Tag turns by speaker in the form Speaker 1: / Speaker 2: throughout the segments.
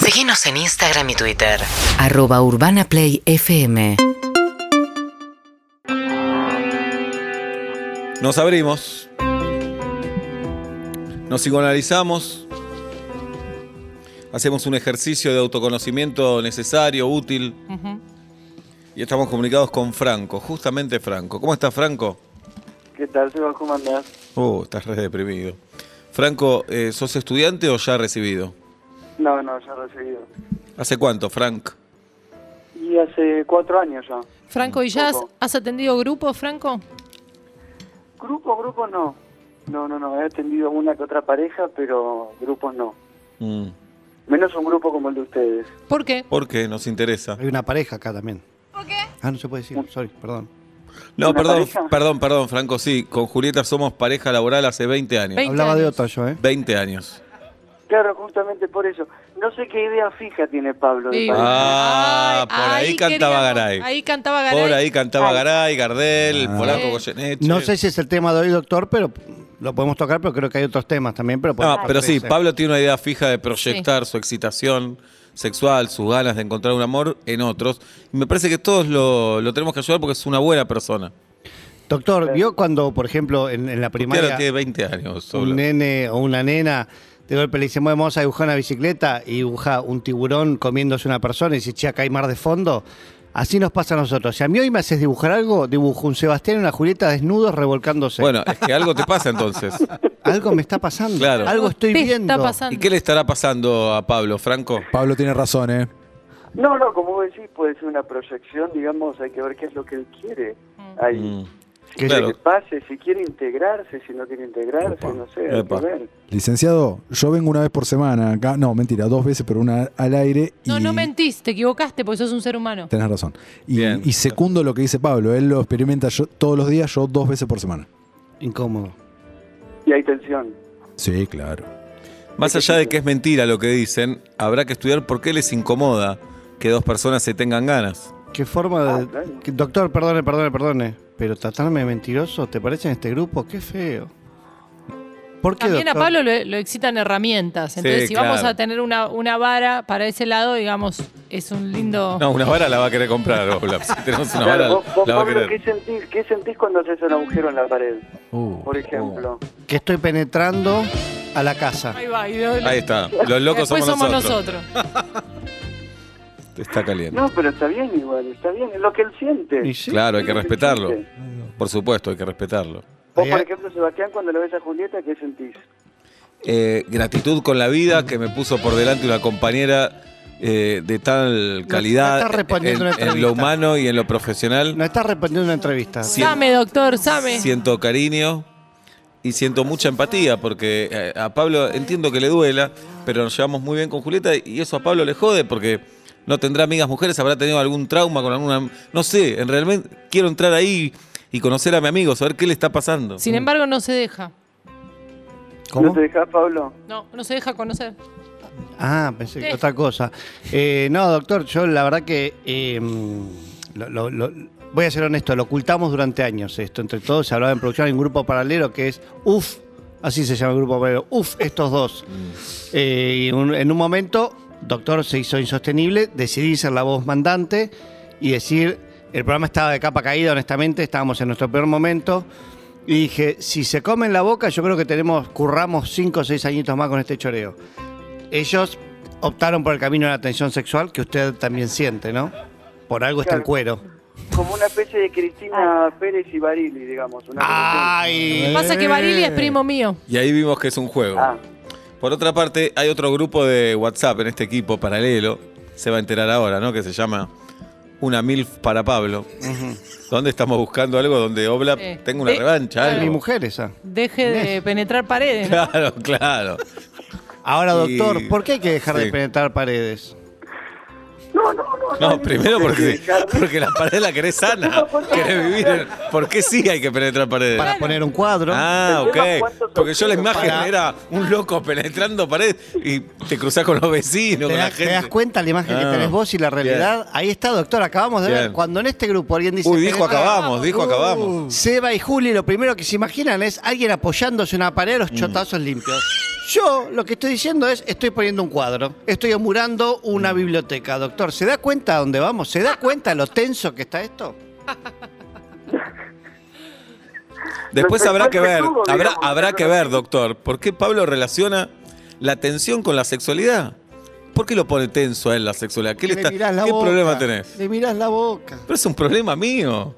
Speaker 1: Seguinos en Instagram y Twitter.
Speaker 2: arroba urbanaplayfm.
Speaker 3: Nos abrimos. Nos psicoanalizamos. Hacemos un ejercicio de autoconocimiento necesario, útil. Y estamos comunicados con Franco, justamente Franco. ¿Cómo estás, Franco?
Speaker 4: ¿Qué tal, Seba? ¿Cómo andás?
Speaker 3: Oh, estás re deprimido. Franco, eh, ¿sos estudiante o ya recibido?
Speaker 4: No, no, ya recibido.
Speaker 3: ¿Hace cuánto, Frank?
Speaker 4: Y hace cuatro años ah? ya.
Speaker 5: Franco, ¿y ya has,
Speaker 4: Poco.
Speaker 5: has atendido grupos, Franco?
Speaker 4: Grupo, grupo no. No, no, no. He atendido una que otra pareja, pero grupos no.
Speaker 3: Mm.
Speaker 4: Menos un grupo como el de ustedes.
Speaker 5: ¿Por qué?
Speaker 3: ¿Por qué? Nos interesa.
Speaker 6: Hay una pareja acá también. ¿Por qué? Ah, no se puede decir, sorry, perdón.
Speaker 3: No,
Speaker 4: ¿Una
Speaker 3: perdón,
Speaker 4: pareja?
Speaker 3: perdón, perdón, Franco, sí. Con Julieta somos pareja laboral hace 20 años.
Speaker 5: 20.
Speaker 6: Hablaba de
Speaker 5: años.
Speaker 6: otra yo, ¿eh?
Speaker 3: 20 años.
Speaker 4: Claro, justamente por eso. No sé qué idea fija tiene Pablo. de
Speaker 5: Sí.
Speaker 4: pareja.
Speaker 3: Ah,
Speaker 5: Ay,
Speaker 3: por ahí, cantaba
Speaker 5: queríamos-
Speaker 3: Garay.
Speaker 5: Ahí cantaba Garay.
Speaker 3: Por ahí cantaba
Speaker 4: Ay.
Speaker 3: Garay, Gardel,
Speaker 6: Ah.
Speaker 3: Polaco
Speaker 5: Sí.
Speaker 3: Goyeneche.
Speaker 6: No sé si es el tema de hoy, doctor, pero lo podemos tocar, pero creo que hay otros temas también. Pero,
Speaker 3: No,
Speaker 6: podemos-
Speaker 3: Ah, pero sí,
Speaker 6: Sí.
Speaker 3: Pablo tiene una idea fija de proyectar su excitación sexual, sus ganas de encontrar un amor en otros. Y me parece que todos lo, lo tenemos que ayudar porque es una buena persona.
Speaker 6: Doctor, ¿vio cuando, por ejemplo, en, en la
Speaker 3: Claro,
Speaker 6: primaria
Speaker 3: tiene 20 años. solo.
Speaker 6: un nene o una nena de golpe le dice, bueno, vamos a dibujar una bicicleta y dibuja un tiburón comiéndose una persona y dice, che, acá hay mar de fondo? Así nos pasa a nosotros. Si a mí hoy me haces dibujar algo, dibujo un Sebastián y una Julieta desnudos revolcándose.
Speaker 3: Bueno, es que algo te pasa entonces.
Speaker 6: Algo me está pasando.
Speaker 3: Claro.
Speaker 6: Algo estoy
Speaker 5: Te
Speaker 6: viendo.
Speaker 5: Está pasando.
Speaker 3: ¿Y qué le estará pasando a Pablo, Franco?
Speaker 7: Pablo tiene razón, ¿eh?
Speaker 4: No, no, como vos decís, puede ser una proyección, digamos, hay que ver qué es lo que él quiere. Ahí.
Speaker 3: Mm.
Speaker 4: Si
Speaker 3: Claro.
Speaker 4: quiere que pase, si quiere integrarse, si no quiere integrarse, no sé, hay
Speaker 3: Epa.
Speaker 4: que ver.
Speaker 7: Licenciado, yo vengo una vez por semana acá. No, mentira, dos veces, pero una al aire. Y
Speaker 5: No, no mentís, te equivocaste porque sos un ser humano.
Speaker 7: Tenés razón. Y,
Speaker 3: Bien.
Speaker 7: y secundo lo que dice Pablo, él lo experimenta yo, todos los días, yo dos veces por semana.
Speaker 6: Incómodo.
Speaker 4: Y hay tensión.
Speaker 7: Sí, claro.
Speaker 3: Más allá de que es mentira lo que dicen, habrá que estudiar por qué les incomoda que dos personas se tengan ganas.
Speaker 6: ¿Qué forma de...?
Speaker 4: Ah, claro.
Speaker 6: que- Doctor, perdone, perdone, perdone. Pero tratarme de mentiroso, ¿te parece en este grupo? Qué feo. ¿Por qué,
Speaker 5: También a
Speaker 6: doctor?
Speaker 5: Pablo lo, lo excitan herramientas. Entonces,
Speaker 3: Sí,
Speaker 5: si
Speaker 3: claro.
Speaker 5: vamos a tener una, una vara para ese lado, digamos, es un lindo.
Speaker 3: No, una vara la va a querer comprar, Oblap. Si tenemos una vara,
Speaker 4: claro, vos, vos,
Speaker 3: la va a
Speaker 4: Pablo,
Speaker 3: querer.
Speaker 4: ¿qué sentís, ¿qué sentís cuando haces un agujero en la pared?
Speaker 7: Uh,
Speaker 6: Oh.
Speaker 4: Por ejemplo.
Speaker 6: Que estoy penetrando a la casa.
Speaker 5: Ahí va, y lo-
Speaker 3: Ahí está. Los locos
Speaker 5: después
Speaker 3: somos, nosotros.
Speaker 5: nosotros.
Speaker 3: Está caliente.
Speaker 4: No, pero está bien igual, está bien, es lo que él siente.
Speaker 6: Y sí.
Speaker 3: Claro, hay que
Speaker 4: Es lo él
Speaker 3: respetarlo.
Speaker 4: siente.
Speaker 3: Por supuesto, hay que respetarlo.
Speaker 4: Vos, por
Speaker 6: Ahí-
Speaker 4: ejemplo, Sebastián, cuando lo ves a Julieta, ¿qué sentís?
Speaker 3: Eh, gratitud con la vida que me puso por delante una compañera eh, de tal calidad
Speaker 6: está
Speaker 3: en,
Speaker 6: respondiendo una
Speaker 3: en
Speaker 6: entrevista.
Speaker 3: lo humano y en lo profesional.
Speaker 6: No estás respondiendo una entrevista.
Speaker 3: Sí.
Speaker 5: Same, doctor, same.
Speaker 3: Eh. Siento cariño y siento mucha empatía porque eh, a Pablo entiendo que le duela, pero nos llevamos muy bien con Julieta y eso a Pablo le jode porque no tendrá amigas mujeres, habrá tenido algún trauma con alguna... No sé, en realmente quiero entrar ahí y conocer a mi amigo, saber qué le está pasando.
Speaker 5: Sin embargo, no se deja.
Speaker 4: ¿No
Speaker 6: ¿Cómo?
Speaker 4: te dejás, Pablo?
Speaker 5: No, no se deja conocer.
Speaker 6: Ah, pensé que
Speaker 5: Sí.
Speaker 6: otra cosa. Eh, no, doctor, yo la verdad que... eh, mm, lo- lo- lo- voy a ser honesto, lo ocultamos durante años esto. Entre todos se hablaba en producción, hay un grupo paralelo que es UF, así se llama el grupo paralelo, UF, estos dos. Eh, y un- en un momento, doctor se hizo insostenible, decidí ser la voz mandante y decir, el programa estaba de capa caída, honestamente, estábamos en nuestro peor momento. Y dije, si se comen la boca, yo creo que tenemos, curramos cinco o seis añitos más con este choreo. Ellos optaron por el camino de la tensión sexual que usted también siente, ¿no? Por algo está en
Speaker 4: Claro.
Speaker 6: cuero.
Speaker 4: Como una especie de Cristina Pérez y Barili, digamos. Una
Speaker 6: Ah.
Speaker 3: Eh.
Speaker 6: ¡Ay!
Speaker 5: Pasa que Barili es primo mío.
Speaker 3: Y ahí vimos que es un juego.
Speaker 4: cosa así. Ah,
Speaker 3: Por otra parte, hay otro grupo de WhatsApp en este equipo paralelo, se va a enterar ahora, ¿no? Que se llama Una MILF para Pablo. Donde estamos buscando algo donde Obla
Speaker 5: Sí.
Speaker 3: tenga una
Speaker 5: Sí.
Speaker 3: revancha,
Speaker 5: Claro.
Speaker 6: Mi
Speaker 3: algo.
Speaker 6: mujer esa.
Speaker 5: Deje de penetrar paredes. ¿no?
Speaker 3: Claro, claro.
Speaker 6: Ahora,
Speaker 3: Y-
Speaker 6: doctor, ¿por qué hay que dejar
Speaker 3: Sí.
Speaker 6: de penetrar paredes?
Speaker 3: No, primero porque, porque la pared la querés sana. Querés vivir. en- ¿Por qué sí hay que penetrar paredes?
Speaker 6: Para poner un cuadro.
Speaker 3: Ah,
Speaker 4: El tema es
Speaker 3: ok.
Speaker 4: cuántos
Speaker 3: Porque yo la
Speaker 4: objetos
Speaker 3: imagen
Speaker 6: para-
Speaker 3: era un loco penetrando pared y te cruzás con los vecinos,
Speaker 6: ¿Te,
Speaker 3: con la
Speaker 6: das- te
Speaker 3: gente.
Speaker 6: das cuenta la imagen
Speaker 3: Ah,
Speaker 6: que tenés vos y la realidad? Ahí está, doctor. Acabamos de ver.
Speaker 3: Bien.
Speaker 6: Cuando en este grupo alguien dice.
Speaker 3: Uy, dijo
Speaker 6: "Penetra-".
Speaker 3: acabamos,
Speaker 6: Uh.
Speaker 3: dijo acabamos. Mm.
Speaker 6: Seba y Juli, lo primero que se imaginan es alguien apoyándose en una pared a los chotazos limpios. Yo lo que estoy diciendo es, estoy poniendo un cuadro, estoy amurando
Speaker 3: Mm.
Speaker 6: una biblioteca, doctor. ¿Se da cuenta a dónde vamos? ¿Se da cuenta lo tenso que está esto?
Speaker 3: Después
Speaker 4: Respecto
Speaker 3: habrá
Speaker 4: al
Speaker 3: que ver,
Speaker 4: pechugo,
Speaker 3: habrá,
Speaker 4: digamos,
Speaker 3: habrá
Speaker 4: pero-
Speaker 3: que ver, doctor, ¿por qué Pablo relaciona la tensión con la sexualidad? ¿Por qué lo pone tenso a él la sexualidad? ¿Qué, le está-
Speaker 6: Le mirás la
Speaker 3: ¿qué
Speaker 6: boca,
Speaker 3: problema tenés?
Speaker 6: Le mirás la boca.
Speaker 3: Pero es un problema mío.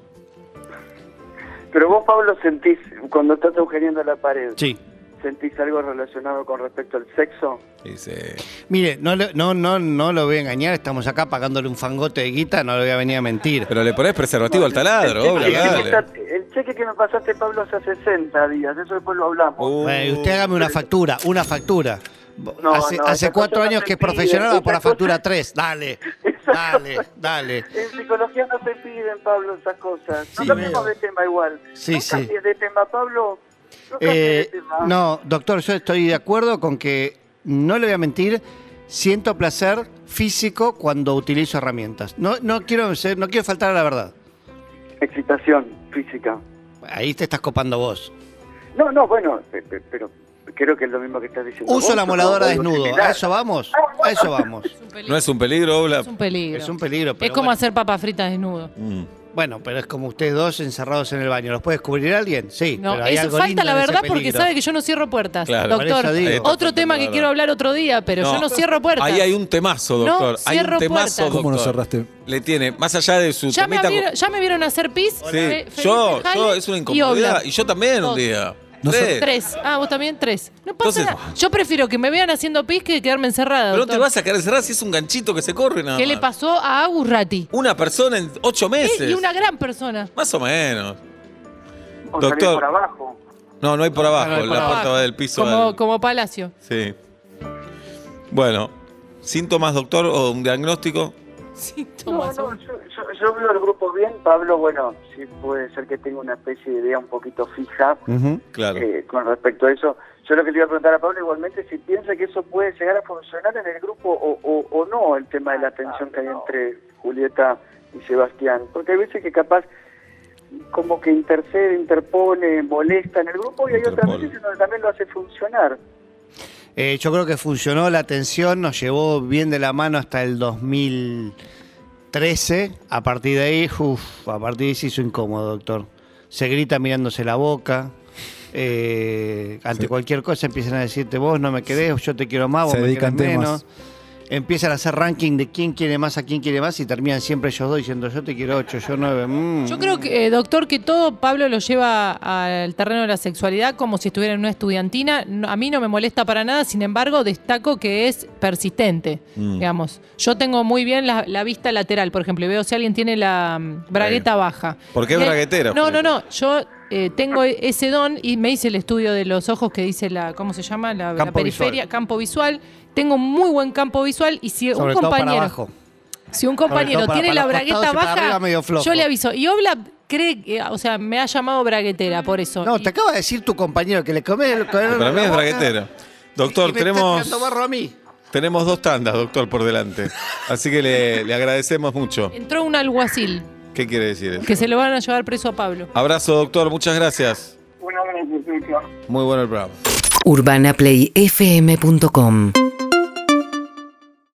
Speaker 4: Pero vos, Pablo, sentís, cuando estás agujeriendo la pared,
Speaker 6: Sí.
Speaker 4: ¿sentís algo relacionado con respecto al sexo?
Speaker 3: Dice,
Speaker 6: Mire, no, le- no, no, no lo voy a engañar, estamos acá pagándole un fangote de guita, no le voy a venir a mentir.
Speaker 3: pero le ponés preservativo al taladro,
Speaker 4: el,
Speaker 3: obvio,
Speaker 4: cheque que me
Speaker 3: dale.
Speaker 4: está- el cheque que me pasaste, Pablo, hace 60 días, eso después lo hablamos.
Speaker 3: Uh,
Speaker 6: Bueno, y usted hágame una factura, una factura.
Speaker 4: No,
Speaker 6: hace
Speaker 4: no,
Speaker 6: hace
Speaker 4: esas
Speaker 6: cuatro
Speaker 4: cosas no
Speaker 6: años
Speaker 4: se
Speaker 6: que es
Speaker 4: piden,
Speaker 6: profesional, va por la
Speaker 4: esas
Speaker 6: factura
Speaker 4: cosas-
Speaker 6: tres. Dale,
Speaker 4: Esas
Speaker 6: dale, dale.
Speaker 4: En psicología no se piden, Pablo, esas cosas. No
Speaker 6: Sí,
Speaker 4: cambiemos
Speaker 6: veo.
Speaker 4: de tema igual.
Speaker 6: Sí,
Speaker 4: no
Speaker 6: sí.
Speaker 4: cambies de tema, Pablo. No cambies
Speaker 6: Eh,
Speaker 4: de tema.
Speaker 6: no, doctor, yo estoy de acuerdo con que no le voy a mentir. Siento placer físico cuando utilizo herramientas. No, no quiero, ser- no quiero faltar a la verdad.
Speaker 4: Excitación física.
Speaker 6: Ahí te estás copando vos.
Speaker 4: No, no, bueno, pe- pe- pero creo que es lo mismo que estás diciendo.
Speaker 6: Uso
Speaker 4: vos,
Speaker 6: la
Speaker 4: yo
Speaker 6: moladora
Speaker 4: creo que algo
Speaker 6: desnudo.
Speaker 4: similar.
Speaker 6: ¿A eso vamos?
Speaker 4: Ah,
Speaker 6: A eso vamos.
Speaker 5: Es un peligro.
Speaker 3: no es un peligro, Obla.
Speaker 5: Es un peligro.
Speaker 6: Es un peligro, pero
Speaker 5: Es como
Speaker 6: bueno.
Speaker 5: hacer papas fritas desnudo.
Speaker 3: Mm.
Speaker 6: Bueno, pero es como ustedes dos encerrados en el baño. ¿Los puede descubrir alguien? Sí.
Speaker 5: No,
Speaker 6: pero hay
Speaker 5: eso
Speaker 6: algo
Speaker 5: falta
Speaker 6: lindo
Speaker 5: la
Speaker 6: en ese
Speaker 5: verdad porque
Speaker 6: peligro.
Speaker 5: sabe que yo no cierro puertas.
Speaker 3: Claro.
Speaker 5: Doctor,
Speaker 6: Por eso digo.
Speaker 5: otro tema que
Speaker 3: Claro.
Speaker 5: quiero hablar otro día, pero yo no cierro puertas.
Speaker 3: Ahí hay un temazo,
Speaker 5: No
Speaker 3: doctor. hay un
Speaker 5: cierro
Speaker 3: temazo,
Speaker 5: puertas.
Speaker 3: doctor.
Speaker 7: ¿Cómo no cerraste?
Speaker 3: Le tiene, más allá de su
Speaker 5: ya, me
Speaker 3: temita-
Speaker 5: abrieron- ya me vieron hacer pis.
Speaker 3: Sí.
Speaker 5: Fe- Felipe
Speaker 3: Yo, yo,
Speaker 5: Jale
Speaker 3: es una
Speaker 5: y
Speaker 3: incomodidad.
Speaker 5: Oblak.
Speaker 3: Y, yo también un
Speaker 5: Dos.
Speaker 3: día.
Speaker 7: No
Speaker 3: Tres.
Speaker 7: sé.
Speaker 5: Tres. Ah, vos también tres. No pasa
Speaker 3: Entonces-
Speaker 5: nada. Yo prefiero que me vean haciendo pis que quedarme encerrada.
Speaker 3: Pero no te
Speaker 5: doctor.
Speaker 3: vas a quedar encerrada si es un ganchito que se corre nada
Speaker 5: ¿Qué le
Speaker 3: más.
Speaker 5: pasó a Agus Ratti?
Speaker 3: Una persona en ocho meses.
Speaker 5: Eh, Y una gran persona.
Speaker 3: Más o menos.
Speaker 4: O salir
Speaker 3: Doctor.
Speaker 4: por abajo.
Speaker 3: No, no hay por abajo.
Speaker 6: no hay por
Speaker 3: la
Speaker 6: abajo.
Speaker 3: puerta va del piso.
Speaker 5: Como,
Speaker 3: al-
Speaker 5: como Palacio.
Speaker 3: Sí. Bueno, ¿síntomas, doctor, o un diagnóstico?
Speaker 4: No,
Speaker 5: Síntomas.
Speaker 4: no, yo, yo- yo veo el grupo bien. Pablo, bueno, sí puede ser que tenga una especie de idea un poquito fija
Speaker 6: Ujú.
Speaker 3: Claro.
Speaker 4: eh, con respecto a eso. Yo lo que le iba a preguntar a Pablo igualmente si piensa que eso puede llegar a funcionar en el grupo o, o- o no, el tema de la tensión que hay entre Julieta y Sebastián. Porque hay veces que capaz como que intercede, interpone, molesta en el grupo y hay otras
Speaker 3: Interpone.
Speaker 4: veces en donde también lo hace funcionar.
Speaker 6: Eh, yo creo que funcionó la atención, nos llevó bien de la mano hasta el 2013. A partir de ahí, uf, a partir de ahí se hizo incómodo, doctor. Se grita mirándose la boca. eh, ante cualquier cosa empiezan a decirte vos no me querés, yo te quiero más, vos
Speaker 7: Se
Speaker 6: me querés
Speaker 7: dedican temas.
Speaker 6: menos. Empiezan a hacer ranking de quién quiere más a quién quiere más y terminan siempre ellos dos diciendo yo te quiero ocho, yo nueve. mm.
Speaker 5: Yo creo que, eh, doctor, que todo Pablo lo lleva al terreno de la sexualidad como si estuviera en una estudiantina. No- a mí no me molesta para nada, sin embargo, destaco que es persistente,
Speaker 3: Mm.
Speaker 5: digamos. Yo tengo muy bien la, la vista lateral, por ejemplo, y veo si alguien tiene la mm, bragueta
Speaker 3: Sí.
Speaker 5: baja.
Speaker 3: ¿Por qué
Speaker 5: Y hay-
Speaker 3: braguetero,
Speaker 5: No, no,
Speaker 3: Julieta?
Speaker 5: no. Yo eh, tengo ese don y me hice el estudio de los ojos que dice la, ¿cómo se llama? La, la
Speaker 6: Campo
Speaker 5: periferia,
Speaker 6: visual.
Speaker 5: campo visual. Tengo muy buen campo visual y si
Speaker 6: Sobre
Speaker 5: un
Speaker 6: todo para
Speaker 5: compañero...
Speaker 6: abajo.
Speaker 5: Si un compañero
Speaker 6: Sobre todo para-
Speaker 5: tiene la
Speaker 6: para los
Speaker 5: bragueta
Speaker 6: costados y para
Speaker 5: baja,
Speaker 6: arriba medio flojo.
Speaker 5: yo le aviso. Y Obla cree que, o sea, me ha llamado braguetera por eso.
Speaker 6: No,
Speaker 5: Y-
Speaker 6: te acaba de decir tu compañero que le come el
Speaker 3: Para mí es braguetero. Doctor, tenemos, tenemos dos tandas, doctor, por delante. Así que le, le agradecemos mucho.
Speaker 5: Entró un alguacil
Speaker 3: ¿Qué quiere decir eso?
Speaker 5: que se lo van a llevar preso a Pablo.
Speaker 3: Abrazo, doctor. Muchas gracias.
Speaker 4: Una buena
Speaker 3: Muy bueno el programa.
Speaker 2: urbanaplayfm.com